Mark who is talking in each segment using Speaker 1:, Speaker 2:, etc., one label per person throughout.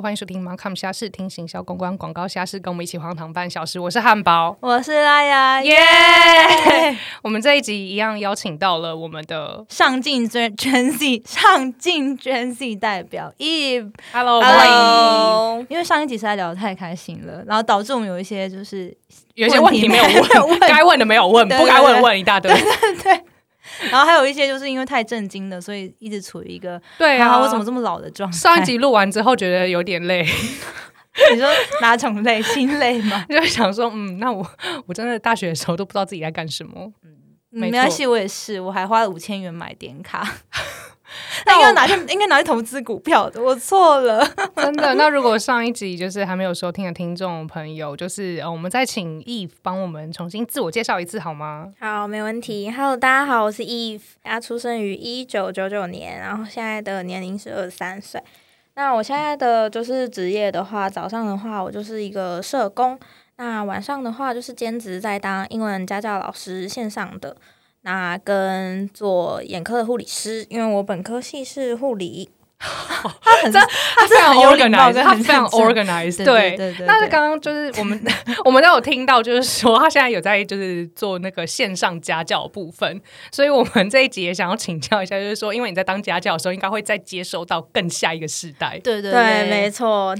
Speaker 1: 欢迎收听《盲 com 虾事》，听行销公关广告虾事，跟我们一起荒唐半小时。我是汉堡，
Speaker 2: 我是拉雅，
Speaker 1: 耶
Speaker 2: 耶、
Speaker 1: 我们这一集一样邀请到了我们的
Speaker 2: 上进捐捐 Z 上进捐 Z 代表 Eve，
Speaker 1: Hello，
Speaker 2: 因为上一集实在聊得太开心了，然后导致我们有一些就是，
Speaker 1: 有一些问题没有
Speaker 2: 问题没有
Speaker 1: 问，
Speaker 2: 问
Speaker 1: 该问的没有问，
Speaker 2: 对
Speaker 1: 不该
Speaker 2: 对
Speaker 1: 问
Speaker 2: 对
Speaker 1: 问一大堆。
Speaker 2: 然后还有一些就是因为太震惊了，所以一直处于一个
Speaker 1: 对啊，
Speaker 2: 我怎么这么老的状态？
Speaker 1: 上一集录完之后觉得有点累，
Speaker 2: 你说哪种类？心累吗？
Speaker 1: 就想说，嗯，那我我真的大学的时候都不知道自己在干什么。 没
Speaker 2: 没
Speaker 1: 错
Speaker 2: 关系，我也是，我还花了五千元买点卡。
Speaker 1: 那
Speaker 2: 那
Speaker 1: 我
Speaker 2: 应该拿去，应该拿去投资股票的，我错了。
Speaker 1: 真的，那如果上一集就是还没有收听的听众朋友，就是、呃、我们再请 Eve 帮我们重新自我介绍一次好吗？
Speaker 3: 好，没问题。Hello，大家好，我是 Eve，啊，出生于一九九九年，然后现在的年龄是二十三岁。那我现在的就是职业的话，早上的话我就是一个社工，那晚上的话就是兼职在当英文家教老师线上的，那跟做眼科的护理师，因为我本科系是护理。
Speaker 2: 他很
Speaker 1: 他 非常
Speaker 2: 很有礼貌
Speaker 1: organized，
Speaker 2: 跟
Speaker 1: 他
Speaker 2: 很
Speaker 1: 非常
Speaker 2: 认真
Speaker 1: organized，
Speaker 2: 对
Speaker 1: 对
Speaker 2: 对。对对。
Speaker 1: 那他刚刚就是我们我们都有听到，就是说他现在有在就是做那个线上家教的部分，所以我们这一集也想要请教一下，就是说，因为你在当家教的时候，应该会再接收到更下一个世 代，
Speaker 2: 对对
Speaker 3: 没错，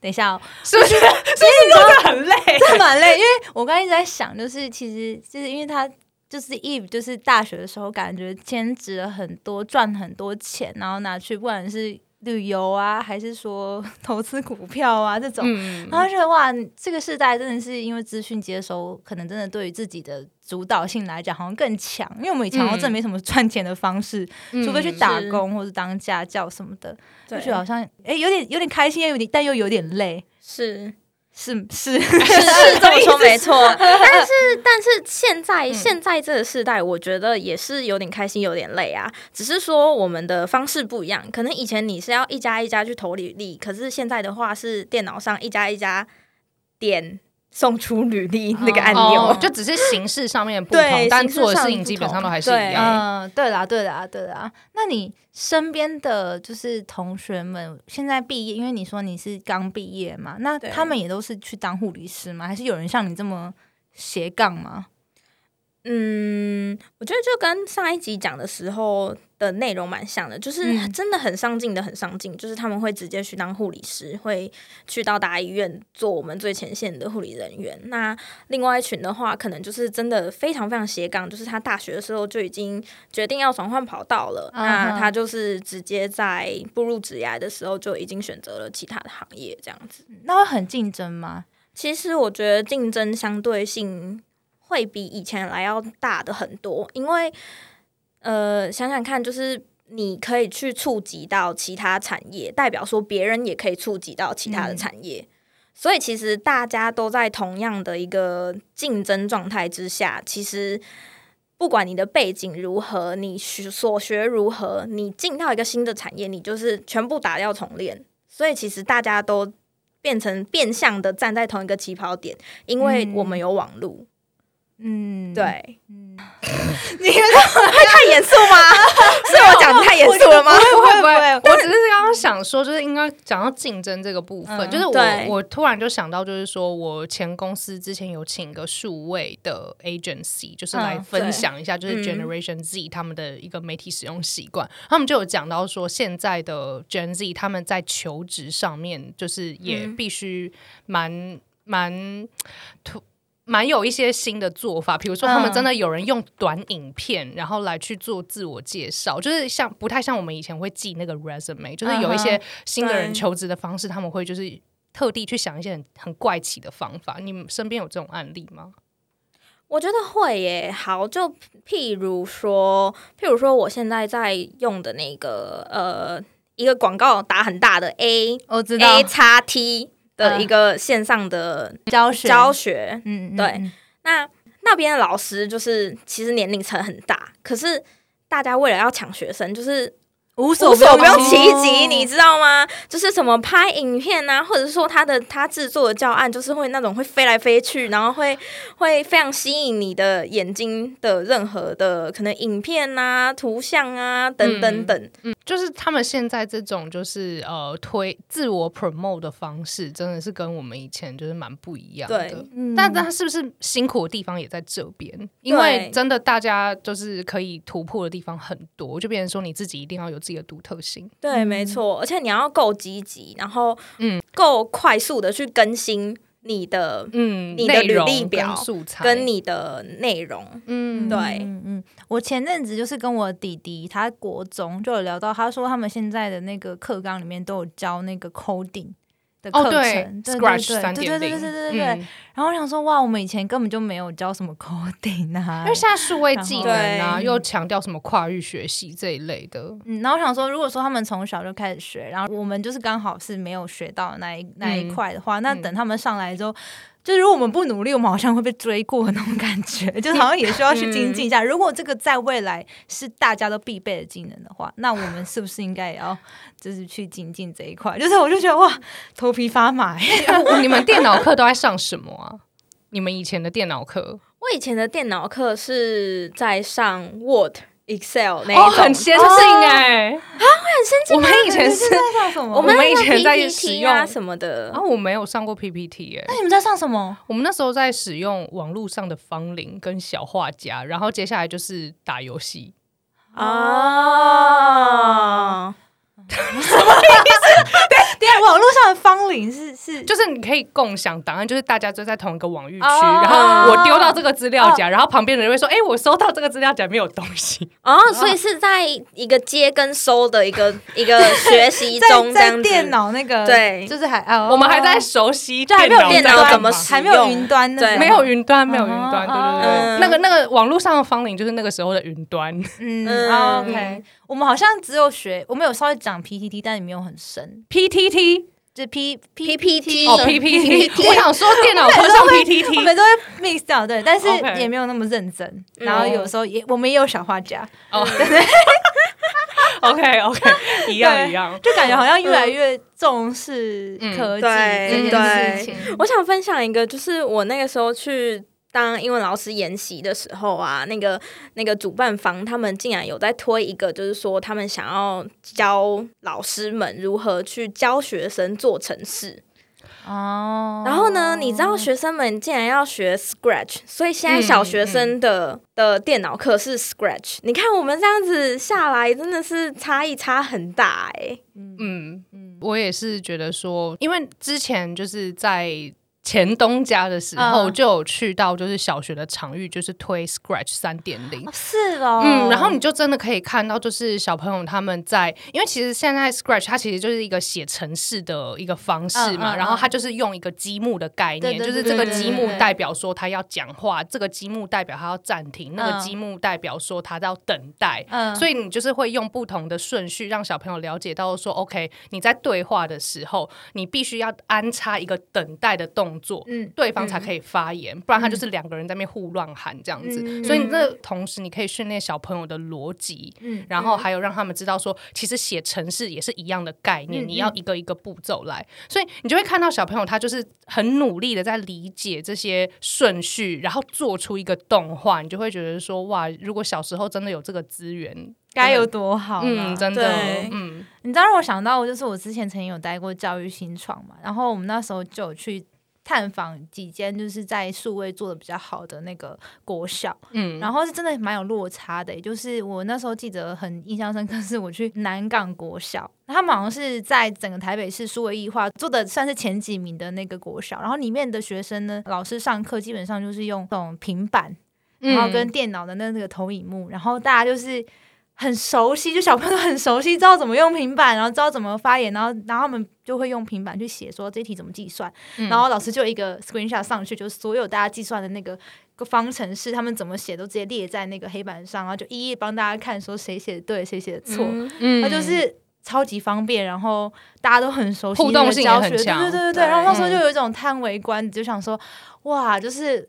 Speaker 2: 等一下、哦，
Speaker 1: 是不是？是不是真的很累？
Speaker 2: 这蛮累，因为我刚刚一直在想，就是其实就是因为他就是 Eve，就是大学的时候感觉兼职了很多，赚很多钱，然后拿去不管是旅游啊，还是说投资股票啊这种，
Speaker 1: 嗯
Speaker 2: 然后觉得哇，这个世代真的是因为资讯接收，可能真的对于自己的主导性来讲好像更强，因为我们以前好像真的没什么赚钱的方式，除非去打
Speaker 3: 嗯是
Speaker 2: 工或者当家教什么的，就
Speaker 3: 对，
Speaker 2: 觉得好像哎有点有点开心，又有点但又有点累。
Speaker 3: 是
Speaker 2: 是
Speaker 3: 是
Speaker 2: 是，
Speaker 3: 是这么说没错， 呃但是但是现在、
Speaker 1: 嗯
Speaker 3: 现在这个时代，我觉得也是有点开心，有点累啊。只是说我们的方式不一样，可能以前你是要一家一家去投履历，可是现在的话是电脑上一家一家点送出履历那个按钮。
Speaker 1: 哦，就只是形式上面的不同
Speaker 3: 对，
Speaker 1: 但
Speaker 3: 形式
Speaker 1: 做的
Speaker 3: 上
Speaker 1: 事
Speaker 3: 的
Speaker 1: 情
Speaker 3: 不
Speaker 1: 基本
Speaker 3: 同
Speaker 1: 上都还是
Speaker 3: 对
Speaker 1: 一样。
Speaker 2: 嗯，对啦，对啦，对啦。那你身边的就是同学们现在毕业，因为你说你是刚毕业嘛，那
Speaker 3: 对
Speaker 2: 他们也都是去当护理师吗？还是有人像你这么斜杠吗？
Speaker 3: 嗯，我觉得就跟上一集讲的时候的内容蛮像的，就是
Speaker 2: 嗯
Speaker 3: 真的很上进的，很上进，就是他们会直接去当护理师，会去到大医院做我们最前线的护理人员。那另外一群的话，可能就是真的非常非常斜杠，就是他大学的时候就已经决定要转换跑道了，
Speaker 2: 嗯哼
Speaker 3: 那他就是直接在步入职涯的时候就已经选择了其他的行业这样子。
Speaker 2: 那会很竞争吗？
Speaker 3: 其实我觉得竞争相对性会比以前来要大的很多，因为呃，想想看，就是你可以去触及到其他产业，代表说别人也可以触及到其他的
Speaker 2: 嗯
Speaker 3: 产业。所以其实大家都在同样的一个竞争状态之下，其实不管你的背景如何，你学所学如何，你进到一个新的产业，你就是全部打掉重练。所以其实大家都变成变相的站在同一个起跑点，因为
Speaker 2: 嗯
Speaker 3: 我们有网络。
Speaker 2: 嗯，
Speaker 3: 对，
Speaker 2: 嗯，
Speaker 3: 你太严肃 吗？是我讲得太严肃了吗？
Speaker 1: 不会不会，
Speaker 2: 不
Speaker 1: 我只是刚刚想说，就是应该讲到竞争这个部分，
Speaker 2: 嗯
Speaker 1: 就是我
Speaker 3: 对
Speaker 1: 我突然就想到，就是说我前公司之前有请一个数位的 agency，就是来
Speaker 2: 嗯
Speaker 1: 分
Speaker 3: 对
Speaker 1: 享一下，就是
Speaker 3: 嗯
Speaker 1: Generation Z 他们的一个媒体使用习惯，他们就有讲到说，现在的 Gen Z 他们在求职上面，就是也
Speaker 3: 嗯
Speaker 1: 必须蛮蛮突。蛮有一些新的做法，比如说他们
Speaker 2: 嗯
Speaker 1: 真的有人用短影片，然后来去做自我介绍，就是像不太像我们以前会记那个 resume，就是有一些
Speaker 2: 嗯
Speaker 1: 新的人
Speaker 3: 对
Speaker 1: 求职的方式，他们会就是特地去想一些很很怪奇的方法。你们身边有这种案例吗？
Speaker 3: 我觉得会耶。好，就譬如说，譬如说，我现在在用的那个呃，一个广告打很大的 A
Speaker 2: 我知道嗯
Speaker 3: A 叉 T 的一个线上的
Speaker 2: 教学
Speaker 3: 教，学，
Speaker 2: 嗯，嗯
Speaker 3: 对，
Speaker 2: 嗯
Speaker 3: 那那边的老师就是其实年龄层很大，可是大家为了要抢学生，就是
Speaker 2: 无
Speaker 3: 无所不用
Speaker 2: 其
Speaker 3: 其极，你知道吗？就是什么拍影片啊，或者说他的他制作的教案，就是会那种会飞来飞去，然后会 会非常吸引你的眼睛的任何的可能影片啊、图像啊等等等。
Speaker 1: 就是他们现在这种就是呃推自我 promote 的方式，真的是跟我们以前就是蛮不一样的。
Speaker 3: 对
Speaker 2: 嗯
Speaker 1: 但他是不是辛苦的地方也在这边？因为真的大家就是可以突破的地方很多，就变成说你自己一定要有自己的独特性。
Speaker 3: 对，没错，而且你要够积极，然后
Speaker 1: 嗯
Speaker 3: 嗯，够快速的去更新你的、
Speaker 1: 嗯，
Speaker 3: 你的
Speaker 1: 内
Speaker 3: 履
Speaker 1: 容
Speaker 3: 历
Speaker 1: 跟
Speaker 3: 表
Speaker 1: 素材
Speaker 3: 跟你的内容。
Speaker 1: 嗯
Speaker 3: 对
Speaker 2: 嗯嗯，我前阵子就是跟我弟弟，他国中就有聊到，他说他们现在的那个课纲里面都有教那个 coding 的
Speaker 1: 哦
Speaker 2: 课程，对对
Speaker 1: ，Scratch 三
Speaker 2: 对
Speaker 1: 点
Speaker 2: 对对对
Speaker 1: 零，
Speaker 2: 对对对对。
Speaker 1: 嗯
Speaker 2: 然后我想说，哇，我们以前根本就没有教什么 coding 啊
Speaker 1: 因为。现在数位技能啊，
Speaker 3: 然后
Speaker 1: 又强调什么跨域学习这一类的，
Speaker 2: 嗯，然后我想说，如果说他们从小就开始学，然后我们就是刚好是没有学到的那一那一
Speaker 1: 嗯
Speaker 2: 块的话，那
Speaker 1: 嗯
Speaker 2: 等他们上来之后，就是如果我们不努力，我们好像会被追过的那种感觉， 就是好像也需要去精进一下。
Speaker 1: 嗯
Speaker 2: 如果这个在未来是大家都必备的技能的话，那我们是不是应该也要就是去精进这一块？ 就是我就觉得哇，头皮发麻、欸，
Speaker 1: 你们电脑课都在上什么啊？你们以前的电脑课
Speaker 3: 我以前的电脑课是在上 Word、Excel 那一种，
Speaker 1: 哦，很先进哎、啊，我很先进、我们以前是，
Speaker 2: 在上什么？
Speaker 3: 我
Speaker 1: 我们
Speaker 3: 们那
Speaker 1: 以
Speaker 3: 个
Speaker 1: 前在
Speaker 3: PPT
Speaker 1: 使用
Speaker 3: 啊什么的
Speaker 1: 啊，，我没有上过 PPT 哎、
Speaker 2: 那你们在上什么？
Speaker 1: 我们那时候在使用网络上的方龄跟小画家，然后接下来就是打游戏。
Speaker 2: 哦
Speaker 3: 哦，
Speaker 2: 对啊，网络上的芳龄是是
Speaker 1: 就是你可以共享档案，就是大家就在同一个网域区，
Speaker 3: 哦
Speaker 1: 然后我丢到这个资料
Speaker 2: 哦
Speaker 1: 夹，然后旁边的人会说：“哎、我收到这个资料夹没有东西。
Speaker 3: 哦，所以是在一个接跟收的一 个一个学习
Speaker 2: 在
Speaker 3: 中，这
Speaker 2: 在
Speaker 3: 样
Speaker 2: 电
Speaker 3: 子。
Speaker 2: 脑那个
Speaker 3: 对
Speaker 2: 就是还啊，
Speaker 1: 我们还在熟悉
Speaker 2: 就还没有
Speaker 1: 电
Speaker 3: 电
Speaker 1: 脑
Speaker 3: 脑
Speaker 1: 在
Speaker 3: 怎么
Speaker 1: 干嘛
Speaker 3: 使
Speaker 2: 还没有云端呢，
Speaker 3: 对
Speaker 1: 没有云端，没有云端，
Speaker 2: 哦
Speaker 1: 对对对，
Speaker 3: 嗯
Speaker 1: 那个那个网络上的方领就是那个时候的云端，
Speaker 2: 嗯
Speaker 3: 嗯
Speaker 2: 哦，OK，我们好像只有学，我们有稍微讲 PPT，但也没有很深，
Speaker 1: PTT
Speaker 2: 就 P P
Speaker 3: PPT
Speaker 1: 哦
Speaker 3: 什么
Speaker 1: PPT，我想说电脑课上
Speaker 2: 我
Speaker 1: PTT
Speaker 2: 们都会 mix 掉，对，但是
Speaker 1: OK
Speaker 2: 也没有那么认真。
Speaker 3: 嗯
Speaker 2: 然后有时候也，我们也有小画家，
Speaker 1: 哦 ，OK OK，一样
Speaker 2: 对
Speaker 1: 一样，
Speaker 2: 就感觉好像越来越重视科技
Speaker 3: 嗯
Speaker 2: 这件事
Speaker 3: 对
Speaker 2: 情。
Speaker 3: 我想分享一个，就是我那个时候去当英文老师研习的时候啊，那个那个主办方他们竟然有在推一个，就是说他们想要教老师们如何去教学生做程式。
Speaker 2: 哦
Speaker 3: 然后呢，你知道学生们竟然要学 Scratch，所以现在小学生的、的电脑课是 Scratch。你看我们这样子下来，真的是差异差很大哎、
Speaker 1: 嗯，我也是觉得说，因为之前就是在。前东家的时候
Speaker 2: 嗯
Speaker 1: 就有去到就是小学的场域，就是推 Scratch 三点零
Speaker 2: 哦，是哦，
Speaker 1: 嗯，然后你就真的可以看到，就是小朋友他们在，因为其实现在 Scratch 它其实就是一个写程式的一个方式嘛，
Speaker 2: 嗯嗯嗯
Speaker 1: 然后它就是用一个积木的概念，
Speaker 2: 对对
Speaker 1: 就是
Speaker 2: 对
Speaker 1: 这个
Speaker 2: 对
Speaker 1: 积
Speaker 2: 对
Speaker 1: 木
Speaker 2: 对
Speaker 1: 代表说他要讲话，这个积木代表他要暂停，那个
Speaker 2: 嗯
Speaker 1: 积木代表说他要等待。
Speaker 2: 嗯
Speaker 1: 所
Speaker 2: 以
Speaker 1: 以你就是会用不同的顺序让小朋友了解到说，OK，你在对话的时候，你必须要安插一个等待的动作，
Speaker 2: 嗯
Speaker 1: 对方才可以发言，不然他就是两个人在那边互乱喊这样子。
Speaker 2: 嗯
Speaker 1: 所以你这同时你可以训练小朋友的逻辑，
Speaker 2: 嗯
Speaker 1: 然后还有让他们知道说，其实写程式也是一样的概
Speaker 2: 嗯
Speaker 1: 念，你要一个一个步骤来。所以你就会看到小朋友他就是很努力的在理解这些顺序，然后做出一个动画，你就会觉得说，哇，如果小时候真的有这个资源，
Speaker 2: 该有多好啊，
Speaker 1: 嗯，真的
Speaker 3: 对，
Speaker 1: 嗯
Speaker 2: 你知道让我想到，就是我之前曾经有待过教育新创嘛，然后我们那时候就有去探访几间就是在数位做的比较好的那个国小，
Speaker 1: 嗯，
Speaker 2: 然后是真的蛮有落差的、就是我那时候记得很印象深刻，是我去南港国小，他们好像是在整个台北市数位异化做的算是前几名的那个国小，然后里面的学生呢，老师上课基本上就是用那种平板然后
Speaker 1: 嗯
Speaker 2: 跟电脑的那个投影幕，然后大家就是很熟悉，就小朋友都很熟悉，知道怎么用平板，然后知道怎么发言，然后然后他们就会用平板去写说这题怎么计算，
Speaker 1: 嗯
Speaker 2: 然后老师就一个 screenshot 上去，就是所有大家计算的那个。方程式他们怎么写都直接列在那个黑板上，然后就一一帮大家看，说谁写的对，谁写的错。
Speaker 3: 嗯
Speaker 1: 嗯
Speaker 2: 它就是超级方便，然后大家都很熟悉，
Speaker 1: 互动性也
Speaker 2: 教
Speaker 1: 很
Speaker 2: 学，对
Speaker 1: 强嗯
Speaker 2: 对对对对。
Speaker 3: 对
Speaker 2: 然后那时候就有一种叹为观止，就想说，哇，就是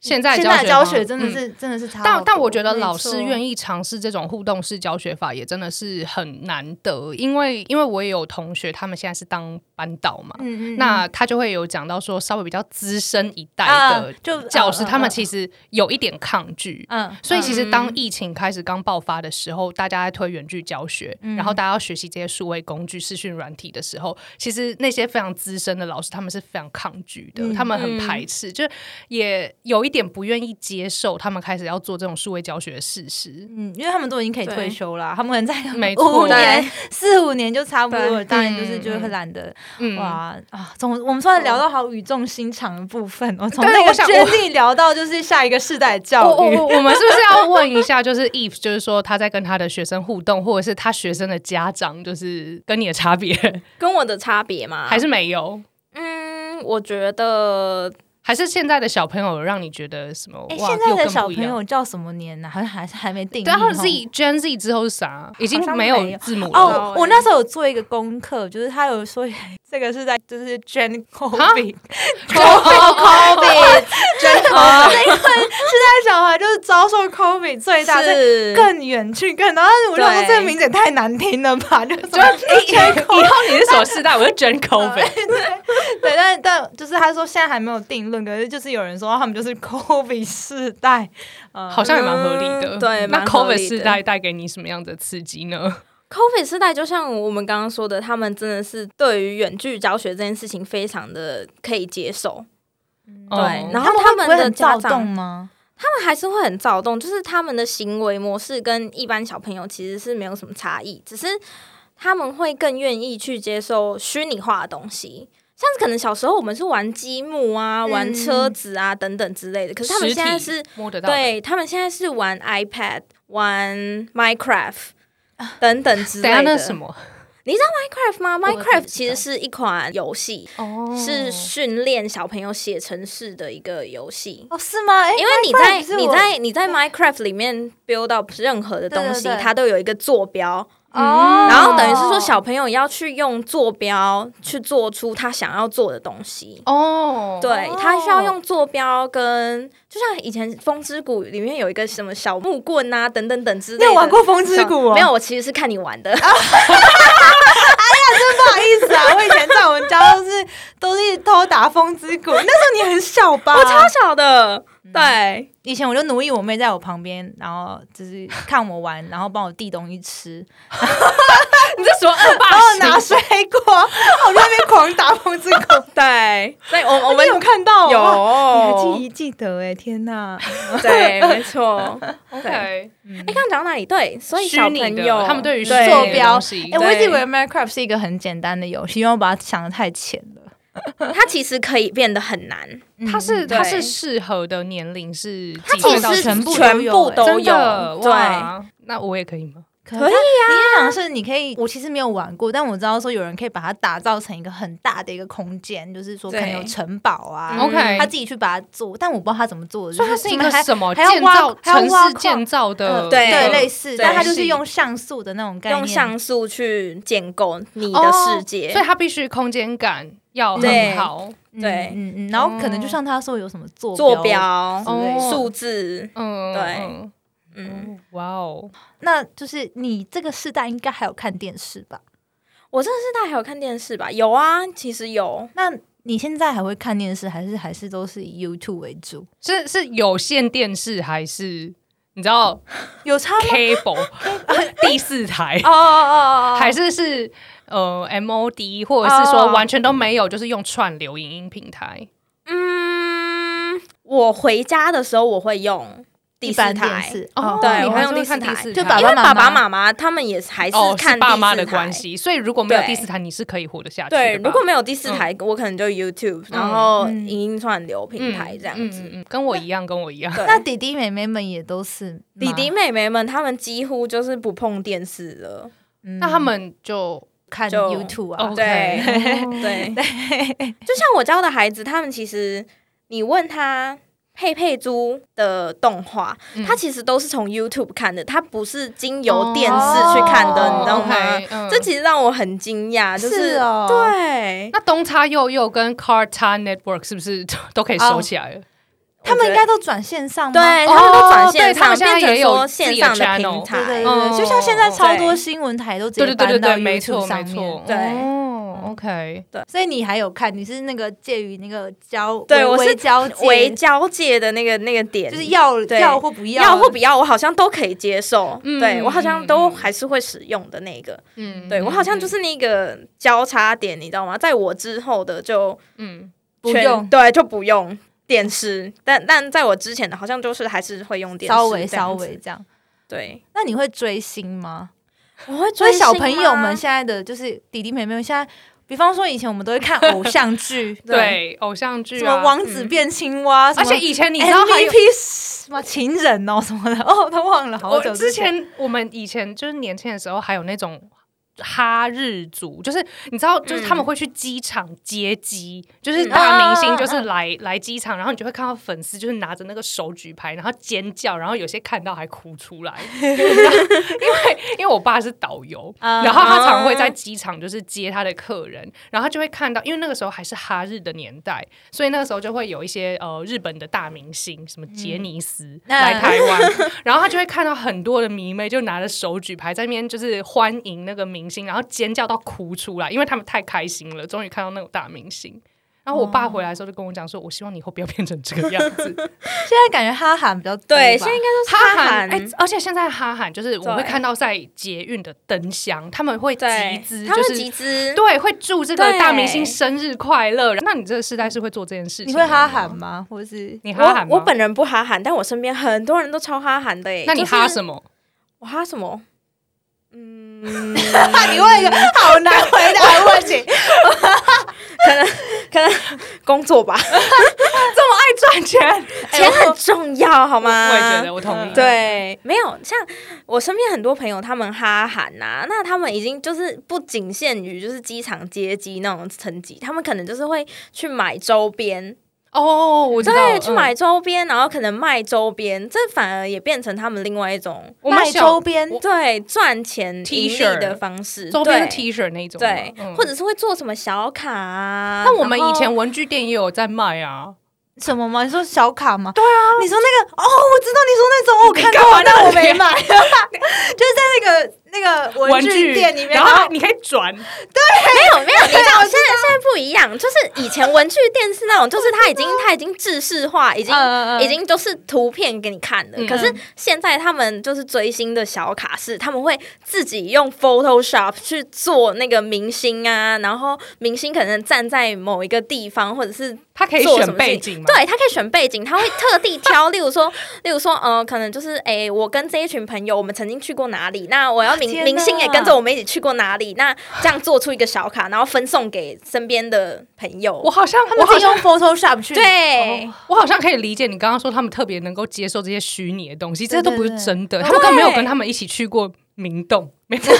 Speaker 1: 现在
Speaker 2: 现在
Speaker 1: 的
Speaker 2: 的
Speaker 1: 教
Speaker 2: 教
Speaker 1: 学
Speaker 2: 学
Speaker 1: 方
Speaker 2: 真的
Speaker 1: 嗯
Speaker 2: 是、真的是差好多。
Speaker 1: 但但我觉得老
Speaker 3: 没
Speaker 1: 师
Speaker 3: 错
Speaker 1: 愿意尝试这种互动式教学法也真的是很难得，因为因为我也有同学，他们现在是当班导嘛，
Speaker 2: 嗯嗯，
Speaker 1: 那他就会有讲到说稍微比较资深一代
Speaker 2: 啊
Speaker 1: 的
Speaker 2: 就
Speaker 1: 教师，
Speaker 2: 嗯嗯
Speaker 1: 他们
Speaker 2: 嗯
Speaker 1: 其实有一点抗拒。
Speaker 2: 嗯，
Speaker 1: 所以其实当
Speaker 3: 嗯
Speaker 1: 疫情开始刚爆发的时候，大家在推远距教学，
Speaker 2: 嗯
Speaker 1: 然后大家要学习这些数位工具、视讯软体的时候，其实那些非常资深的老师他们是非常抗拒的，
Speaker 2: 嗯
Speaker 1: 他们很排斥，就也有一点不愿意接受他们开始要做这种数位教学的事实。
Speaker 2: 嗯，因为他们都已经可以退
Speaker 3: 对
Speaker 2: 休了，他们可能在
Speaker 1: 没
Speaker 2: 五
Speaker 1: 错
Speaker 2: 年、四五年就差不多
Speaker 3: 对
Speaker 2: 了。当然就是
Speaker 1: 嗯
Speaker 2: 就会
Speaker 1: 嗯
Speaker 2: 懒得
Speaker 1: 嗯，
Speaker 2: 哇啊！从我们突然聊到好语重心长的部分，我从
Speaker 1: 对
Speaker 2: 那
Speaker 1: 我
Speaker 2: 个
Speaker 1: 想
Speaker 2: 决
Speaker 1: 我
Speaker 2: 定聊到就是下一个世代的教
Speaker 1: 我我
Speaker 2: 育。
Speaker 1: 我我们是不是要问一下，就是 Eve，就是说他在跟他的学生互动，或者是他学生的家长，就是跟你的差别，
Speaker 3: 跟我的差别嘛，
Speaker 1: 还是没有？
Speaker 3: 嗯，我觉得
Speaker 1: 还是现在的小朋友让你觉得什么？
Speaker 2: 哎，
Speaker 1: 哇，
Speaker 2: 现在
Speaker 1: 又
Speaker 2: 的
Speaker 1: 更
Speaker 2: 小
Speaker 1: 不一
Speaker 2: 朋
Speaker 1: 样
Speaker 2: 友叫什么年呢？好像还是还没定义。
Speaker 1: 对，啊他们
Speaker 2: 吼
Speaker 1: Z Gen Z 之后是啥？已经
Speaker 2: 像
Speaker 1: 没
Speaker 2: 没
Speaker 1: 有
Speaker 2: 有
Speaker 1: 字母了。
Speaker 2: 哦，
Speaker 3: 欸
Speaker 2: 我那时候有做一个功课，就是他有说 这个是在就是 Gen Covid，
Speaker 3: COVID 真
Speaker 2: 哦
Speaker 3: 的
Speaker 2: 现在小孩就是遭受 Covid 最大，最
Speaker 3: 是
Speaker 2: 啊更远去更，然后我就想说
Speaker 3: 对
Speaker 2: 这名字也太难听了吧，就是
Speaker 1: 就以以后你是什么世代？我是 Gen
Speaker 3: 嗯
Speaker 1: Covid。
Speaker 2: 对，但但就是他说现在还没有定论，可是就是有人说他们就是 Covid 世代，呃，
Speaker 1: 好像也蛮合理的，
Speaker 3: 嗯对
Speaker 1: 那
Speaker 3: 蛮合
Speaker 1: COVID
Speaker 3: 理的
Speaker 1: 世代带给你什么样的刺激呢？
Speaker 3: COVID 时代，就像我们刚刚说的，他们真的是对于远距教学这件事情非常的可以接受，
Speaker 1: 对
Speaker 3: 对然
Speaker 2: 他
Speaker 3: 后
Speaker 2: 们
Speaker 3: 他
Speaker 2: 会不
Speaker 3: 们
Speaker 2: 会
Speaker 3: 的
Speaker 2: 很
Speaker 3: 家
Speaker 2: 躁
Speaker 3: 长
Speaker 2: 动吗？
Speaker 3: 他们还是会很躁动，就是他们的行为模式跟一般小朋友其实是没有什么差异，只是他们会更愿意去接受虚拟化的东西。像是可能小时候我们是玩积木啊、
Speaker 2: 嗯
Speaker 3: 玩车子啊等等之类的，可是他们
Speaker 1: 实体
Speaker 3: 现在是
Speaker 1: 摸得到的。
Speaker 3: 对他们现在是玩 iPad、玩 Minecraft 等等之类
Speaker 1: 等一下
Speaker 3: 的。
Speaker 1: 那是什么？
Speaker 3: Minecraft 吗
Speaker 2: 我也不知道
Speaker 3: ？Minecraft 其实是一款游戏，
Speaker 1: 哦
Speaker 3: 是训练小朋友写程式的一个游戏。
Speaker 2: 哦，是吗？哎，
Speaker 3: 因为你
Speaker 2: Minecraft
Speaker 3: 在
Speaker 2: 是
Speaker 3: 你
Speaker 2: 我
Speaker 3: 在你在 Minecraft 里面 build up 任何的东西
Speaker 2: 对对，对
Speaker 3: 它都有一个坐标，
Speaker 2: 哦，
Speaker 3: 嗯然后等于是说小朋友要去用坐标去做出他想要做的东西。
Speaker 1: 哦，
Speaker 3: 对
Speaker 2: 哦
Speaker 3: 他需要用坐标跟，就像以前《风之谷》里面有一个什么小木棍啊，等等等之类
Speaker 2: 你
Speaker 3: 的。
Speaker 2: 有玩过《风之谷》哦？啊
Speaker 3: 没有，，我其实是看你玩的。
Speaker 2: 不好意思啊，我以前在我们家都是都是偷打《风之谷》，那时候你很小吧？
Speaker 3: 我 超小的，对，
Speaker 2: 以前我就奴役我妹在我旁边，然后就是看我玩，然后帮我递东西 吃，
Speaker 1: 你这什么恶
Speaker 2: 然后
Speaker 1: 霸
Speaker 2: 哦拿
Speaker 1: 型？
Speaker 2: 水 果，我在那边狂打《风之谷》，
Speaker 3: 对，所以我我
Speaker 2: 我
Speaker 3: 们
Speaker 2: 有看到哦，你还
Speaker 3: 有
Speaker 2: 记记得哎，天哪！
Speaker 3: 对，没错。哎，
Speaker 1: OK，
Speaker 3: 刚刚讲到哪里？对，所以
Speaker 1: 虚
Speaker 3: 小
Speaker 1: 拟
Speaker 3: 朋
Speaker 1: 的
Speaker 3: 友
Speaker 1: 他们对于
Speaker 2: 虚拟的
Speaker 1: 坐
Speaker 2: 哎、
Speaker 1: 标
Speaker 2: 我一直以
Speaker 3: 对
Speaker 2: 为 Minecraft 是一个很简单的游戏，因为我把它想的太浅了。
Speaker 3: 它其实可以变得很难，
Speaker 1: 它是
Speaker 3: 嗯
Speaker 1: 它是
Speaker 3: 对
Speaker 1: 适合的年龄是几
Speaker 3: 它
Speaker 1: 岁
Speaker 3: 其
Speaker 1: 到
Speaker 3: 实
Speaker 1: 几岁
Speaker 2: 全部都
Speaker 3: 全
Speaker 2: 有
Speaker 3: 部
Speaker 2: 欸
Speaker 3: 都
Speaker 1: 真的
Speaker 3: 有，对，
Speaker 1: 哇，那我也可以吗？
Speaker 2: 可
Speaker 3: 可以
Speaker 2: 啊！你也想是你可以，我其实没有玩过，但我知道说有人可以把它打造成一个很大的一个空间，就是说可
Speaker 3: 对
Speaker 2: 能有城堡啊
Speaker 3: 嗯
Speaker 1: OK
Speaker 2: 他自己去把它做，但我不知道他怎么做的，
Speaker 1: 所以它
Speaker 2: 就是
Speaker 1: 一个
Speaker 2: 还
Speaker 1: 什么
Speaker 2: 还要
Speaker 1: 建
Speaker 2: 挖
Speaker 1: 造
Speaker 2: 还要
Speaker 1: 城
Speaker 2: 挖
Speaker 1: 市
Speaker 2: 矿
Speaker 1: 建造的
Speaker 2: 呃
Speaker 3: 对
Speaker 2: 对
Speaker 3: 呃
Speaker 2: 类似，
Speaker 3: 对
Speaker 2: 但它就是
Speaker 1: 是
Speaker 2: 用像素的那种概念，
Speaker 3: 用像素去建构你
Speaker 1: 哦
Speaker 3: 的世界
Speaker 1: 所，以它必须空间感要很
Speaker 3: 对
Speaker 1: 好。
Speaker 2: 嗯
Speaker 3: 对
Speaker 2: 嗯嗯，然后可能就
Speaker 1: 哦
Speaker 2: 像他说有什么坐
Speaker 3: 坐标、
Speaker 2: 标之类的
Speaker 1: 哦
Speaker 3: 数字，
Speaker 1: 嗯，
Speaker 3: 对嗯，
Speaker 1: 嗯，哇哦，
Speaker 2: 那就是你这个世代应该还有看电视吧？
Speaker 3: 我这个世代还有看电视吧？有啊，其实有。
Speaker 2: 那你现在还会看电视，还是还是都是以 YouTube 为主？
Speaker 1: 是是有线电视还是你知道
Speaker 2: 有差
Speaker 1: cable 第四台，
Speaker 3: 哦哦
Speaker 1: 还是是呃 MOD，或者是说
Speaker 3: 哦
Speaker 1: 完全都没有，就是用串流影音平台？
Speaker 3: 嗯，我回家的时候我会用第
Speaker 2: 一
Speaker 3: 四
Speaker 2: 般
Speaker 3: 台
Speaker 2: 电，视
Speaker 1: 哦，
Speaker 3: 对
Speaker 1: 你
Speaker 3: 我
Speaker 1: 还是
Speaker 3: 用
Speaker 1: 会
Speaker 3: 第四
Speaker 1: 看第
Speaker 3: 台
Speaker 1: 四台，
Speaker 2: 就爸
Speaker 3: 因为爸
Speaker 2: 妈
Speaker 3: 爸妈妈他们也还是
Speaker 1: 哦
Speaker 3: 看
Speaker 1: 是
Speaker 3: 第
Speaker 1: 爸
Speaker 3: 四
Speaker 1: 妈的
Speaker 3: 台。
Speaker 1: 关系，所以如果没有
Speaker 3: 对
Speaker 1: 第四台，你是可以活得下去的吧。
Speaker 3: 对，如果没有第四台，我可能就 YouTube，然后
Speaker 2: 嗯
Speaker 3: 影音串流平
Speaker 1: 嗯
Speaker 3: 台这样
Speaker 1: 嗯
Speaker 3: 子。
Speaker 1: 嗯嗯跟我一样，跟我一样。
Speaker 3: 对
Speaker 2: 那弟弟妹妹们也都是
Speaker 3: 嗯弟弟
Speaker 2: 吗，
Speaker 3: 妹妹们他们几乎就是不碰电视了，
Speaker 2: 嗯
Speaker 1: 那他们就
Speaker 2: 看
Speaker 3: 就
Speaker 2: YouTube 啊？
Speaker 3: 哦
Speaker 1: OK，
Speaker 3: 对对，就像我教的孩子，他们其实你问他佩佩猪的动画，
Speaker 1: 嗯
Speaker 3: 他其实都是从 YouTube 看的，他不是经由电视去看的，
Speaker 2: 哦
Speaker 3: 你知道吗
Speaker 1: OK，嗯
Speaker 3: 这其实让我很惊讶，就是
Speaker 2: 哦
Speaker 3: 对，哦
Speaker 1: 那东差右右跟 Cartoon Network 是不是都都可以收起来了？
Speaker 2: 他们
Speaker 3: 我觉
Speaker 2: 应
Speaker 3: 得
Speaker 2: 该都转线上吗？
Speaker 3: 对，
Speaker 1: 哦
Speaker 3: 他们都转线
Speaker 1: 对他
Speaker 3: 上，
Speaker 1: 们现在
Speaker 3: 变成
Speaker 1: 也有
Speaker 3: 说
Speaker 1: 自己的
Speaker 3: 线上的
Speaker 1: channel，
Speaker 3: 平
Speaker 2: 对对
Speaker 3: 台。
Speaker 2: 对，
Speaker 1: 哦
Speaker 2: 就像现在超多
Speaker 3: 对
Speaker 2: 新闻台都直
Speaker 1: 对对
Speaker 2: 接
Speaker 1: 对
Speaker 2: 搬
Speaker 1: 对
Speaker 2: 到
Speaker 1: 对，没错
Speaker 2: YouTube
Speaker 1: 没
Speaker 2: 上面。
Speaker 1: 错，
Speaker 3: 对
Speaker 1: 哦，OK，
Speaker 2: 所以你还有看，你是那个介于那个交
Speaker 3: 对
Speaker 2: 微
Speaker 3: 我是
Speaker 2: 微交界
Speaker 3: 为交界的那个那个点，
Speaker 2: 就是要
Speaker 3: 对
Speaker 2: 要或不要，
Speaker 3: 要或不要，我好像都可以接受。
Speaker 1: 嗯
Speaker 3: 对我
Speaker 1: 嗯
Speaker 3: 好像都
Speaker 1: 嗯
Speaker 3: 还是会使用的那个。
Speaker 1: 嗯，
Speaker 3: 对我好像就是那个交叉点，你知道吗？在我之后的就
Speaker 1: 嗯，
Speaker 2: 不
Speaker 3: 全
Speaker 2: 用
Speaker 3: 对，就不用电视。但但在我之前的，好像就是还是会用电视，
Speaker 2: 稍微
Speaker 3: 这样
Speaker 2: 稍
Speaker 3: 子
Speaker 2: 微这样。
Speaker 3: 对。
Speaker 2: 那你会追星吗？
Speaker 3: 我会
Speaker 2: 所以
Speaker 3: 追
Speaker 2: 小
Speaker 3: 星
Speaker 2: 朋友
Speaker 3: 吗
Speaker 2: 们现在的就是弟弟妹妹们现在，比方说以前我们都会看偶像剧，
Speaker 3: 对
Speaker 1: 对，偶像剧
Speaker 2: 什
Speaker 1: 啊
Speaker 2: 么王子
Speaker 1: 嗯
Speaker 2: 变青蛙，什
Speaker 1: 而
Speaker 2: 么
Speaker 1: 且以前你知道还有
Speaker 2: MVP 什么情人哦 什么的，哦，他忘了好
Speaker 1: 我
Speaker 2: 久
Speaker 1: 之。前我们以前就是年轻的时候，还有那种哈日族，就是你知道，就是他们会去机场接机，就是大明星就是来、来机场，然后你就会看到粉丝就是拿着那个手举牌，然后尖叫，然后有些看到还哭出来， 因为因为我爸是导游，
Speaker 2: 啊
Speaker 1: 然后他常会在机场就是接他的客人，然后他就会看到，因为那个时候还是哈日的年代，所以那个时候就会有一些呃日本的大明星，什么杰尼斯、
Speaker 2: 那
Speaker 1: 来台湾，然后他就会看到很多的迷妹就拿着手举牌在那边就是欢迎那个明星，然后尖叫到哭出来，因为他们太开心了，终于看到那种大明星。然后我爸回来的时候就跟我讲说，我希望你以后不要变成这个样子。
Speaker 2: 现在感觉哈韩比较多
Speaker 3: 对，
Speaker 2: 吧
Speaker 3: 现在应该就是
Speaker 1: 哈
Speaker 3: 韩
Speaker 1: 韩，哎、而且现在哈韩就是我会
Speaker 3: 对
Speaker 1: 看到在捷运的灯箱，他们会集
Speaker 3: 对，
Speaker 1: 资，
Speaker 3: 他
Speaker 1: 就
Speaker 3: 们
Speaker 1: 是
Speaker 3: 集资，
Speaker 1: 对，会祝这个
Speaker 3: 对
Speaker 1: 大明星生日快乐。那你这个世代是会做这件事情？
Speaker 2: 你会哈韩？吗？或是
Speaker 1: 你哈
Speaker 3: 我
Speaker 1: 韩吗？
Speaker 3: 我本人不哈韩，但我身边很多人都超哈韩的耶。
Speaker 1: 那你
Speaker 3: 就是
Speaker 1: 哈什么？
Speaker 3: 我哈什么？嗯，
Speaker 2: 啊，你问一个好难回答的问 题，
Speaker 3: 可能工作 吧，
Speaker 1: 爱赚钱。
Speaker 3: 钱很重要，好
Speaker 1: 我
Speaker 3: 吗？
Speaker 1: 也觉得，我同意。
Speaker 2: 嗯
Speaker 3: 对，没有像我身边很多朋友，他们哈韩呐、那他们已经就是不仅限于就是机场接机那种层级，他们可能就是会去买周边，
Speaker 1: 哦，我知道嗯
Speaker 3: 对，
Speaker 1: 了
Speaker 3: 去。买周边，然后可能卖周边，这反而也变成他们另外一种
Speaker 1: 我们
Speaker 2: 卖
Speaker 1: 小
Speaker 2: 周边
Speaker 1: 我
Speaker 3: 对赚钱
Speaker 1: T
Speaker 3: 盈利
Speaker 1: 恤
Speaker 3: 的方式，
Speaker 1: 周边的
Speaker 3: 对
Speaker 1: T 恤那一种吗，
Speaker 3: 对，
Speaker 1: 嗯
Speaker 3: 或者是会做什么小卡啊。
Speaker 1: 那我们
Speaker 3: 然
Speaker 1: 以
Speaker 3: 后
Speaker 1: 前文具店也有在卖啊。
Speaker 2: 什么吗？你说小卡吗？对啊，你说那个哦，我知道你说那种，我看过，
Speaker 1: 你干嘛
Speaker 2: 但我
Speaker 1: 那
Speaker 2: 没
Speaker 1: 脸
Speaker 2: 买，就是在那个那个文具店里面，
Speaker 1: 然后你可以转，
Speaker 3: 没有没 有，你知道现在现在不一样，就是以前文具店是那种，就是它已经它已经制式化，已经
Speaker 2: 嗯嗯嗯
Speaker 3: 已经就是图片给你看的
Speaker 1: 嗯。
Speaker 3: 可是现在他们就是追星的小卡是，他们会自己用 Photoshop 去做那个明星啊，然后明星可能站在某一个地方，或者是
Speaker 1: 它可以
Speaker 3: 做
Speaker 1: 选
Speaker 3: 什么事
Speaker 1: 背
Speaker 3: 情
Speaker 1: 景吗？
Speaker 3: 对，他可以选背景，他会特地挑， 例如说，例如说，呃，可能就是，哎、我跟这一群朋友，我们曾经去过哪里？那我要明
Speaker 2: 天
Speaker 3: 明星也
Speaker 2: 哪
Speaker 3: 跟着我们一起去过哪里？那这样做出一个小卡，然后分送给身边的朋
Speaker 1: 我
Speaker 3: 友。
Speaker 1: 好像
Speaker 2: 他
Speaker 1: 我
Speaker 2: 们
Speaker 1: 好
Speaker 2: 自己
Speaker 1: 像
Speaker 2: 用 Photoshop 去哦
Speaker 3: 对，
Speaker 1: 我好像可以理解你刚刚说他们特别能够接受这些虚拟的东西，这
Speaker 2: 对
Speaker 1: 些都不是
Speaker 2: 对对
Speaker 1: 真的。他们根本没有跟他们一起去过明洞， 没有去过。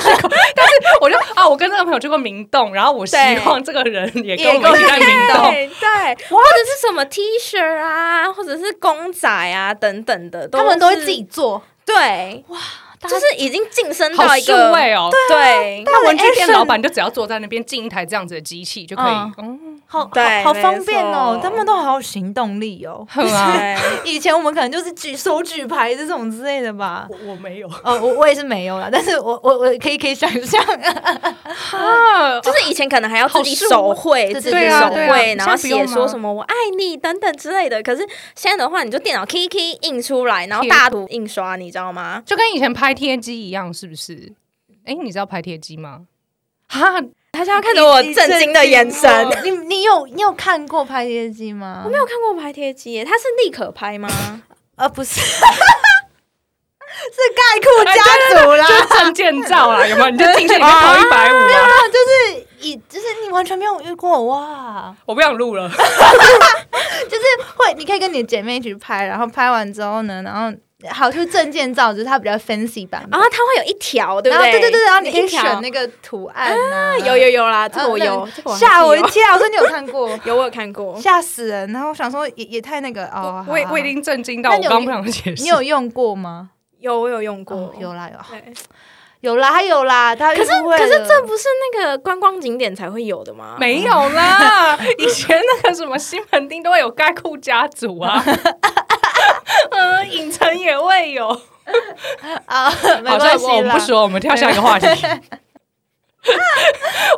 Speaker 1: 但是我就啊，我跟这个朋友去过明洞，然后我希
Speaker 3: 对
Speaker 1: 望这个人也
Speaker 2: 也
Speaker 1: 跟我们一起在明洞。
Speaker 3: 对对，或者是什么 T 恤啊，或者是公仔啊等等的，
Speaker 2: 他们都会
Speaker 3: 是
Speaker 2: 自己做，
Speaker 3: 对，
Speaker 2: 大家
Speaker 3: 就是已经晋升
Speaker 1: 好
Speaker 3: 到一
Speaker 1: 数
Speaker 3: 个
Speaker 1: 位哦！
Speaker 3: 对，
Speaker 1: 那文具店
Speaker 2: action
Speaker 1: 老板就只要坐在那边进一台这样子的机器就可以
Speaker 2: 嗯，
Speaker 1: 嗯，
Speaker 2: 好好
Speaker 3: 对
Speaker 2: 好方便哦
Speaker 3: 没，错
Speaker 2: 他们都好有行动力哦。
Speaker 1: 很啊，
Speaker 3: 对
Speaker 2: 以前我们可能就是举手举牌这种之类的吧。
Speaker 1: 我我没有
Speaker 2: 哦，我我也是没有啦，但是我我我可以可以想象，
Speaker 1: 啊，
Speaker 3: 就是以前可能还要自己
Speaker 1: 好数
Speaker 3: 手绘，
Speaker 2: 对
Speaker 3: 自己
Speaker 2: 对啊
Speaker 3: 手
Speaker 2: 对啊
Speaker 3: 绘，然后
Speaker 1: 现在不用
Speaker 3: 写
Speaker 1: 吗
Speaker 3: 说什么“我爱你”等等之类的。可是现在的话，你就电脑 K K 印出来，然后
Speaker 1: 贴
Speaker 3: 大图印刷，你知道吗？
Speaker 1: 就跟以前拍贴机一样，是不是？哎，你知道拍贴机吗？哈，
Speaker 3: 他现在看着我
Speaker 2: 你
Speaker 3: 震惊的眼神。
Speaker 2: 你震惊哦你你有你有看过拍业绩吗？我
Speaker 3: 没有看过拍贴机耶，它是立可拍吗？
Speaker 2: 呃，不是， 是盖库家族啦，
Speaker 1: 就是证件照啦，有没有？你就进去里面投一百五啊！
Speaker 2: 就是以就是你完全没有遇过哇，
Speaker 1: 我不想录了。
Speaker 2: 就是会你可以跟你的姐妹一起拍，然后拍完之后呢，然后好就是证件照，就是它比较 fancy 版本
Speaker 3: 然后啊它会有一条，对不
Speaker 2: 然后
Speaker 3: 对？
Speaker 2: 啊对对对，然后你可以
Speaker 3: 一条
Speaker 2: 选那个图案啊，
Speaker 3: 有有有啦，这
Speaker 2: 啊
Speaker 3: 个我
Speaker 2: 那
Speaker 3: 有，这个我还是
Speaker 2: 吓我一
Speaker 3: 有，
Speaker 2: 跳，我说你有看
Speaker 3: ，
Speaker 2: 过
Speaker 3: 有我有看过。
Speaker 2: 吓死人。然后我想说也也太那个哦，
Speaker 1: 我也
Speaker 2: 好
Speaker 1: 我已经震惊到，
Speaker 2: 那
Speaker 1: 我
Speaker 2: 你有
Speaker 1: 刚不想解释。
Speaker 2: 你有用过吗？
Speaker 3: 有我有用过
Speaker 2: 哦，有啦有啦
Speaker 3: 对。
Speaker 2: 有啦，还有啦，他
Speaker 3: 可是可是这不是那个观光景点才会有的吗？
Speaker 1: 没有啦？以前那个什么西门町都会有盖库家族啊，嗯，影城也会有。
Speaker 2: 啊， 没
Speaker 1: 好像
Speaker 2: 关系
Speaker 1: 我们
Speaker 2: 啦
Speaker 1: 不说，我们跳下一个话 题。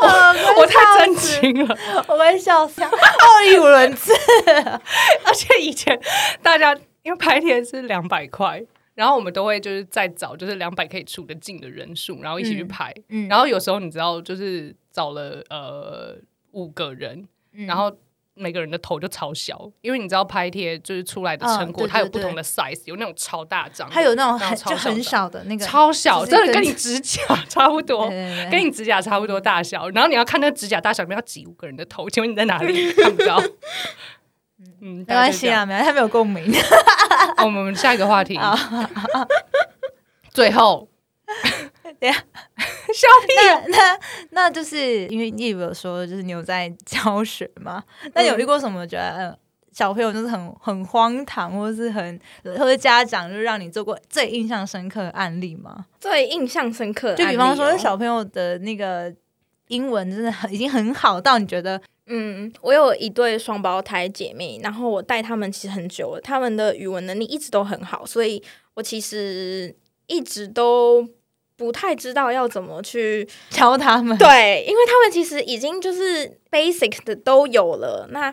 Speaker 2: 呃
Speaker 1: 我太震惊了，
Speaker 2: 我被笑死，好语无伦 次。
Speaker 1: 而且以前大家因为拍贴是两百块，然后我们都会就是再找就是两百可以出得进的人数，然后一起去
Speaker 2: 嗯
Speaker 1: 拍。
Speaker 2: 嗯
Speaker 1: 然后有时候你知道，就是找了呃五个人，
Speaker 2: 嗯
Speaker 1: 然后每个人的头就超小，因为你知道拍贴就是出来的
Speaker 2: 嗯
Speaker 1: 成果，
Speaker 2: 对对
Speaker 1: 它有不
Speaker 2: 对
Speaker 1: 同的 size，有那种超大张的，
Speaker 2: 还有那种
Speaker 1: 然后
Speaker 2: 很
Speaker 1: 超
Speaker 2: 就很
Speaker 1: 小
Speaker 2: 少的那
Speaker 1: 的，
Speaker 2: 个，
Speaker 1: 超小，
Speaker 2: 就是
Speaker 1: 真的跟
Speaker 2: 跟
Speaker 1: 你指甲差不多
Speaker 2: 对。对
Speaker 1: 跟
Speaker 2: 对
Speaker 1: 你指甲差不多大小，然后你要看那个指甲大小，里面要挤五个人的头，请问你在哪 里？看不到。嗯，
Speaker 2: 没
Speaker 1: 大概
Speaker 2: 关
Speaker 1: 就这
Speaker 2: 系
Speaker 1: 样。
Speaker 2: 啦，没关系，他没有共 鸣。
Speaker 1: 哦我们下一个话题
Speaker 2: 好，
Speaker 1: 最后，
Speaker 2: 等一下
Speaker 1: 笑屁。
Speaker 2: 那那那就是因为你有说，就是你有在教学嘛？那你有遇过什么觉得嗯小朋友就是很很荒唐，或是很或者家长就让你做过最印象深刻的案例吗？
Speaker 3: 最印象深刻的
Speaker 2: 就
Speaker 3: 案
Speaker 2: 比
Speaker 3: 例
Speaker 2: 方说
Speaker 3: 哦
Speaker 2: 小朋友的那个英文真的很已经很好到你觉得
Speaker 3: 嗯，我有一对双胞胎姐妹，然后我带她们其实很久了，她们的语文能力一直都很好，所以我其实一直都不太知道要怎么去
Speaker 2: 教他们
Speaker 3: 对，因为她们其实已经就是 basic 的都有了，那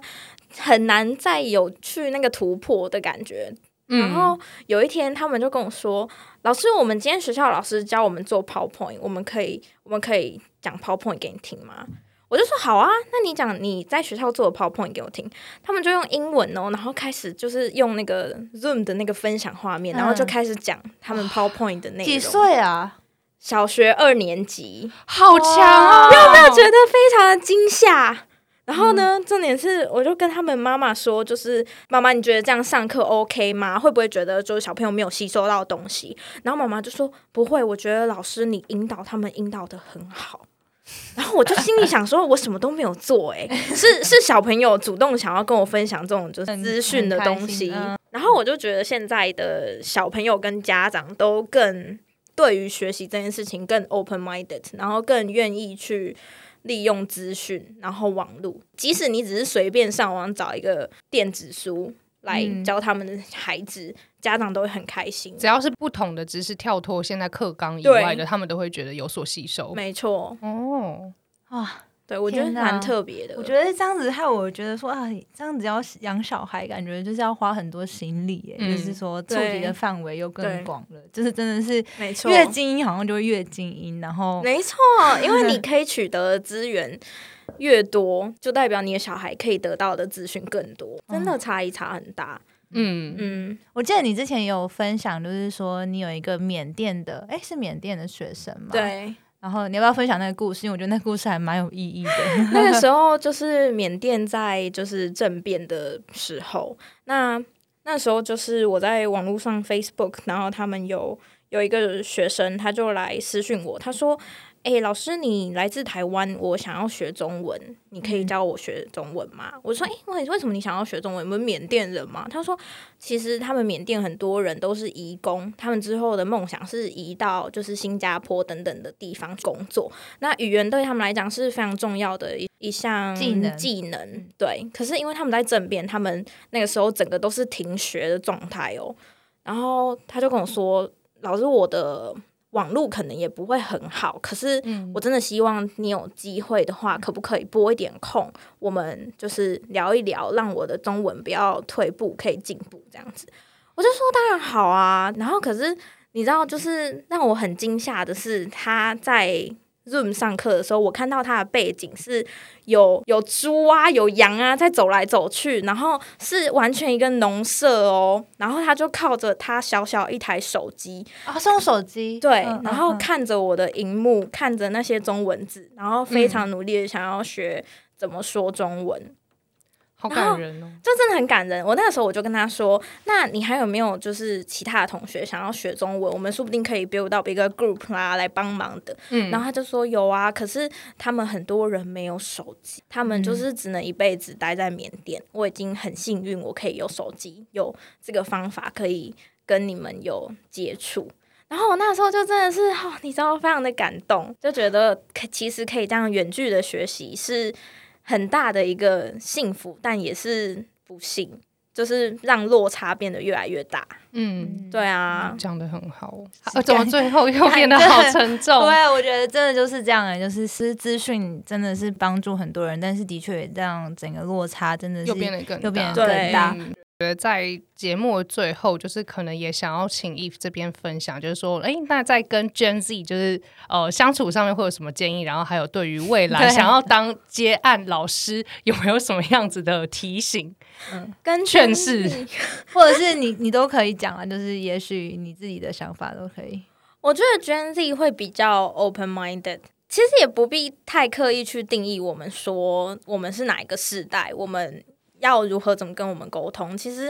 Speaker 3: 很难再有去那个突破的感觉。
Speaker 1: 嗯
Speaker 3: 然
Speaker 2: 嗯
Speaker 3: 后有一天，他们就跟我说：“老师，我们今天学校老师教我们做 PowerPoint，我们可以，我们可以讲 PowerPoint 给你听吗？”我就说：“好啊，那你讲你在学校做的 PowerPoint 给我听。”他们就用英文哦，然后开始就是用那个 Zoom 的那个分享画面，然后就
Speaker 2: 嗯
Speaker 3: 开始讲他们 PowerPoint 的内容。
Speaker 2: 几？岁啊？
Speaker 3: 小学二年级。
Speaker 1: 好强啊！
Speaker 2: 哇
Speaker 3: 我觉得非常的惊吓。然后呢，
Speaker 2: 嗯
Speaker 3: 重点是，我就跟他们妈妈说，就是妈妈，你觉得这样上课 OK 吗？会不会觉得就是小朋友没有吸收到东西？然后妈妈就说不会，我觉得老师你引导他们引导的很 好。然后我就心里想说，我什么都没有做、欸，是是小朋友主动想要跟我分享这种就是
Speaker 2: 很
Speaker 3: 资讯的东西
Speaker 2: 很开心嗯。
Speaker 3: 然后我就觉得现在的小朋友跟家长都更对于学习这件事情更 open minded，然后更愿意去利用资讯，然后网络，即使你只是随便上网找一个电子书来
Speaker 2: 嗯
Speaker 3: 教他们的孩子，家长都会很开心。
Speaker 1: 只要是不同的知识跳脱现在课纲以外的，
Speaker 3: 对
Speaker 1: 他们都会觉得有所吸收。
Speaker 3: 没错，
Speaker 1: 哦，
Speaker 2: 啊，
Speaker 3: 对我觉得
Speaker 2: 天哪
Speaker 3: 蛮特别的。
Speaker 2: 我觉得这样子害我觉得说啊，这样子要养小孩，感觉就是要花很多心力耶，
Speaker 1: 嗯
Speaker 2: 就是说触
Speaker 3: 对
Speaker 2: 及的范围又更
Speaker 3: 对
Speaker 2: 广了，就是真的是
Speaker 3: 没错，
Speaker 2: 越精英好像就会越精英，然后
Speaker 3: 没错，因为你可以取得的资源越多，就代表你的小孩可以得到的资讯更 多，真的差异差很大。
Speaker 1: 嗯，
Speaker 3: 嗯，
Speaker 2: 我记得你之前也有分享，就是说你有一个缅甸的，哎，是缅甸的学生嘛？。
Speaker 3: 对。
Speaker 2: 然后你要不要分享那个故事？因为我觉得那故事还蛮有意 义的。
Speaker 3: 那个时候就是缅甸在就是政变的时候，那那时候就是我在网络上 Facebook，然后他们有有一个学生他就来私讯我，他说：“诶，老师，你来自台湾，我想要学中文，你可
Speaker 2: 嗯
Speaker 3: 以教我学中文吗？”我说：“诶，为为什么你想要学中文？你们缅甸人吗？”他说：“其实他们缅甸很多人都是移工，他们之后的梦想是移到就是新加坡等等的地方工作。那语言对他们来讲是非常重要的一一项
Speaker 2: 技能嗯
Speaker 3: 技能对。可是因为他们在政变，他们那个时候整个都是停学的状态哦。然后他就跟我说：“老师，我的网络可能也不会很好，可是我真的希望你有机会的话，可不可以拨一点空，我们就是聊一聊，让我的中文不要退步，可以进步这样子。”我就说：“当然好啊。”然后可是你知道，就是让我很惊吓的是，他在 Zoom 上课的时候，我看到他的背景是有有猪啊，有羊啊，在走来走去，然后是完全一个农舍哦。然后他就靠着他小小一台手机，
Speaker 2: 啊，是用手机
Speaker 3: 对，
Speaker 2: 嗯嗯
Speaker 3: 然后
Speaker 2: 嗯
Speaker 3: 看着我的荧幕，看着那些中文字，然后
Speaker 2: 嗯
Speaker 3: 非常努力的想要学怎么说中文。
Speaker 1: 好感人哦。
Speaker 3: 这真的很感人。我那个时候我就跟他说：“那你还有没有就是其他的同学想要学中文？我们说不定可以 build up 一个 group 啦，来帮忙的。”
Speaker 1: 嗯
Speaker 3: 然后他就说有啊，可是他们很多人没有手机，他们就是只能一辈子待在缅甸。我已经很幸运，我可以有手机，有这个方法可以跟你们有接触。然后我那时候就真的是，哦，你知道，非常的感动，就觉得可其实可以这样远距的学习是很大的一个幸福，但也是不幸。就是让落差变得越来越大。
Speaker 1: 嗯，
Speaker 3: 对啊，
Speaker 1: 讲的很好，啊，怎么最后又变得好沉重？
Speaker 2: 对，我觉得真的就是这样哎、就是私资讯真的是帮助很多人，但是的确让整个落差真的是
Speaker 1: 又变得更
Speaker 2: 又变
Speaker 1: 大
Speaker 2: 得更
Speaker 3: 对
Speaker 2: 大。
Speaker 1: 嗯觉得在节目的最后，就是可能也想要请 Eve 这边分享，就是说，哎、那在跟 Gen Z 就是呃相处上面会有什么建议？然后还有对于未来
Speaker 2: 对
Speaker 1: 想要当接案老师，有没有什么样子的提醒？
Speaker 3: 跟
Speaker 1: 劝世
Speaker 3: 经历
Speaker 2: 或者是你你都可以讲啊，就是也许你自己的想法都可 以。
Speaker 3: 我觉得 Gen Z 会比较 open minded，其实也不必太刻意去定义我们说我们是哪一个世代，我们要如何怎么跟我们沟通。其实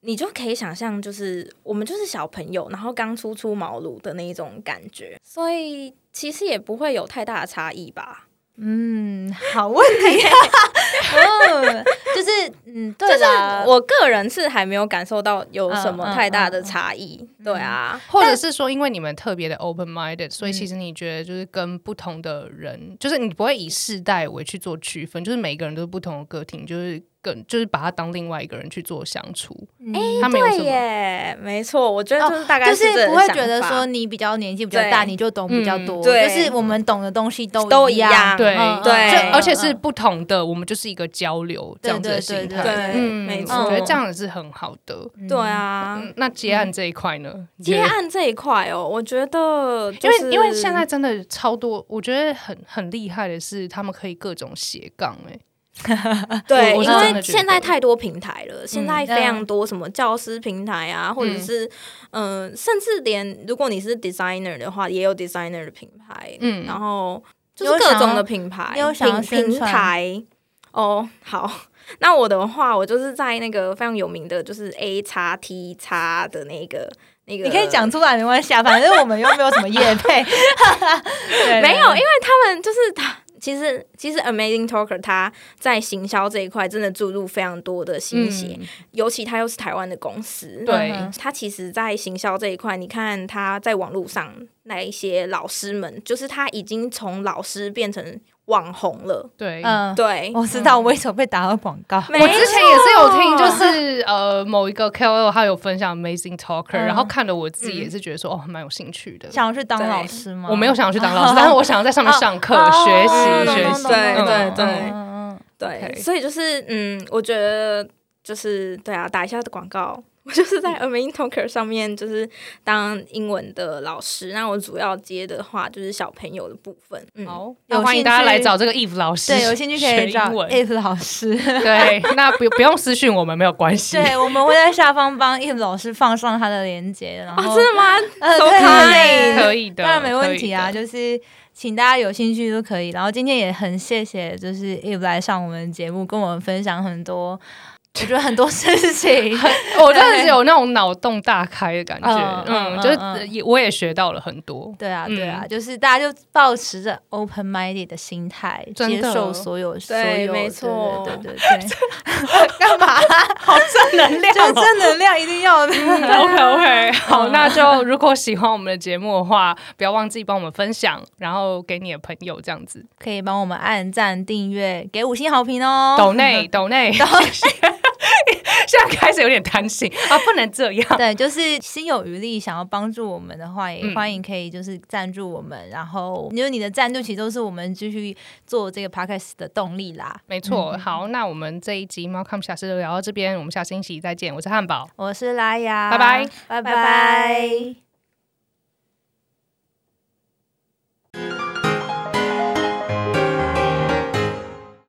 Speaker 3: 你就可以想象，就是我们就是小朋友，然后刚初出茅庐的那一种感觉，所以其实也不会有太大的差异吧。
Speaker 2: 嗯，好问题、啊。 嗯，就是嗯，对
Speaker 3: 就是
Speaker 2: 啦，
Speaker 3: 我个人是还没有感受到有什么
Speaker 2: 嗯嗯
Speaker 3: 太大的
Speaker 2: 嗯嗯
Speaker 3: 差异，对啊，
Speaker 1: 或者是说，因为你们特别的 open minded，所以其实你觉得就是跟不同的人，就是你不会以世代为去做区分，就是每个人都是不同的个体，你就是更就是把它当另外一个人去做相处。
Speaker 2: 哎、
Speaker 1: 他们有
Speaker 3: 对
Speaker 1: 什么？
Speaker 3: 耶，没错，我觉得
Speaker 2: 哦
Speaker 3: 就是大概
Speaker 2: 就是
Speaker 3: 这
Speaker 2: 是
Speaker 3: 个
Speaker 2: 不会
Speaker 3: 想
Speaker 2: 觉得
Speaker 3: 法
Speaker 2: 说你比较年纪比较大，
Speaker 3: 对
Speaker 2: 你就懂比较多，
Speaker 3: 嗯对
Speaker 2: 就是我们懂的东西都
Speaker 3: 都
Speaker 2: 一
Speaker 3: 一样
Speaker 1: 对
Speaker 2: 嗯
Speaker 3: 对
Speaker 1: 就
Speaker 2: 嗯
Speaker 1: 而且是
Speaker 2: 嗯
Speaker 1: 不同的，我们就是一个交流这样子的心态。
Speaker 2: 对对对
Speaker 3: 对
Speaker 1: 嗯，
Speaker 3: 没
Speaker 1: 我
Speaker 3: 错
Speaker 1: 觉得这样子是很好的。
Speaker 2: 嗯
Speaker 3: 对啊，
Speaker 1: 嗯，那接案这一块呢？你觉
Speaker 3: 接
Speaker 1: 得，
Speaker 3: 案这一块哦，我觉得、
Speaker 1: 因
Speaker 3: 就是
Speaker 1: 为因为现在真的超多，我觉得很很厉害的是，他们可以各种斜杠哎、
Speaker 3: 对，
Speaker 1: 我是
Speaker 3: 因
Speaker 1: 真的
Speaker 3: 为
Speaker 1: 觉
Speaker 3: 现
Speaker 1: 得嗯
Speaker 3: 在太多平台了，现在
Speaker 2: 对啊
Speaker 3: 非常多什么教师平台啊，或者是嗯、呃甚至连如果你是 designer 的话，也有 designer 的品牌，
Speaker 1: 嗯
Speaker 3: 然后就
Speaker 2: 有
Speaker 3: 是
Speaker 2: 想
Speaker 3: 各种
Speaker 2: 要
Speaker 3: 的品牌，
Speaker 2: 你有想要
Speaker 3: 平
Speaker 2: 宣
Speaker 3: 平
Speaker 2: 传
Speaker 3: 台哦，好。 那我的话，我就是在那个非常有名的，就是 A 叉 T 叉的那个那个，
Speaker 2: 你可以讲出来没关系啊，反正我们又没有什么业 配，对
Speaker 3: 没有，因为他们就是 他，其实其实 Amazing Talker 他在行销这一块真的注入非常多的心血，
Speaker 1: 嗯
Speaker 3: 尤其他又是台湾的公司，
Speaker 1: 对
Speaker 2: 嗯哼
Speaker 3: 他其实，在行销这一块，你看他在网络上那一些老师们，就是他已经从老师变成网红了，
Speaker 1: 对，
Speaker 2: 嗯，
Speaker 3: 对，
Speaker 2: 我知道我为什么被打到广 告，
Speaker 3: 呃没
Speaker 1: 我之前也是有听，就
Speaker 3: 错
Speaker 1: 是呃某一个 KOL 他有分享 Amazing Talker，、
Speaker 2: 嗯
Speaker 1: 然后看了我自己也是觉得说、哦蛮有兴趣的。
Speaker 2: 想要去当老师吗？
Speaker 1: 我没有想要去 当老师，但是我想要在上面上课、学
Speaker 3: 哦
Speaker 1: 习、
Speaker 3: 懂
Speaker 1: 学
Speaker 3: 懂
Speaker 1: 习。
Speaker 3: 懂懂
Speaker 1: 嗯
Speaker 3: 对
Speaker 1: 嗯
Speaker 3: 对
Speaker 2: 嗯
Speaker 3: 对
Speaker 1: OK
Speaker 3: 所以就是嗯，我觉得就是对啊，打一下的广告。 我就是在 Amazing Talker 上面，就是当英文的老师。那我主要接的话就是小朋友的部分。嗯，
Speaker 1: 好，
Speaker 2: 有
Speaker 1: 那欢迎
Speaker 2: 兴
Speaker 1: 大家来
Speaker 2: 趣
Speaker 1: 找这个 Eve 老师，
Speaker 2: 对，有兴趣可以找
Speaker 1: 英文。
Speaker 2: Eve 老师，
Speaker 1: 对，那不不用私讯我们没有关系。
Speaker 2: 对，我们会在下方帮 Eve 老师放上他的链接，
Speaker 1: 哦
Speaker 2: 然
Speaker 3: 啊，
Speaker 2: 后
Speaker 3: 真的吗？
Speaker 2: 呃
Speaker 3: 都
Speaker 2: 对
Speaker 3: 可
Speaker 2: 对
Speaker 3: 以
Speaker 1: 可以的，
Speaker 2: 当然没问题
Speaker 1: 可
Speaker 2: 啊，
Speaker 1: 以的
Speaker 2: 就是请大家有兴趣都可以。然后今天也很谢谢，就是 Eve 来上我们节目，跟我们分享 很多，我觉得很多事情。
Speaker 1: 我真的是有那种脑洞大开的感觉
Speaker 2: 嗯，嗯
Speaker 1: 嗯，就是
Speaker 2: 嗯
Speaker 1: 也我也学到了很 多，
Speaker 2: 对啊，
Speaker 1: 嗯
Speaker 2: 对啊，就是大家就保持着 open minded 的心态，
Speaker 1: 真的
Speaker 2: 接受所有所
Speaker 3: 对
Speaker 2: 有，
Speaker 3: 没错
Speaker 2: 对 对对对对，
Speaker 1: 干 嘛？好正能量
Speaker 2: 就
Speaker 1: 哦
Speaker 2: 正能量啊嗯一定要的。
Speaker 1: OK OK，好，那就如果喜欢我们的节目的话，不要忘记帮我们分享，然后给你的朋友这样子，
Speaker 2: 可以帮我们按赞、订阅，给五星好评哦。
Speaker 1: 抖内抖内， 现在开始有点贪心啊，不能这样，
Speaker 2: 对，就是心有余力，想要帮助我们的话，也
Speaker 1: 嗯
Speaker 2: 欢迎可以就是赞助我们，然后因为你的赞助其实都是我们继续做这个 podcast 的动力啦。
Speaker 1: 没错。好，那我们这一集《猫看侠士》就聊到这边，我们下星期再见，我是汉堡。
Speaker 2: 我是拉雅，
Speaker 1: 拜拜，
Speaker 2: 拜
Speaker 3: 拜拜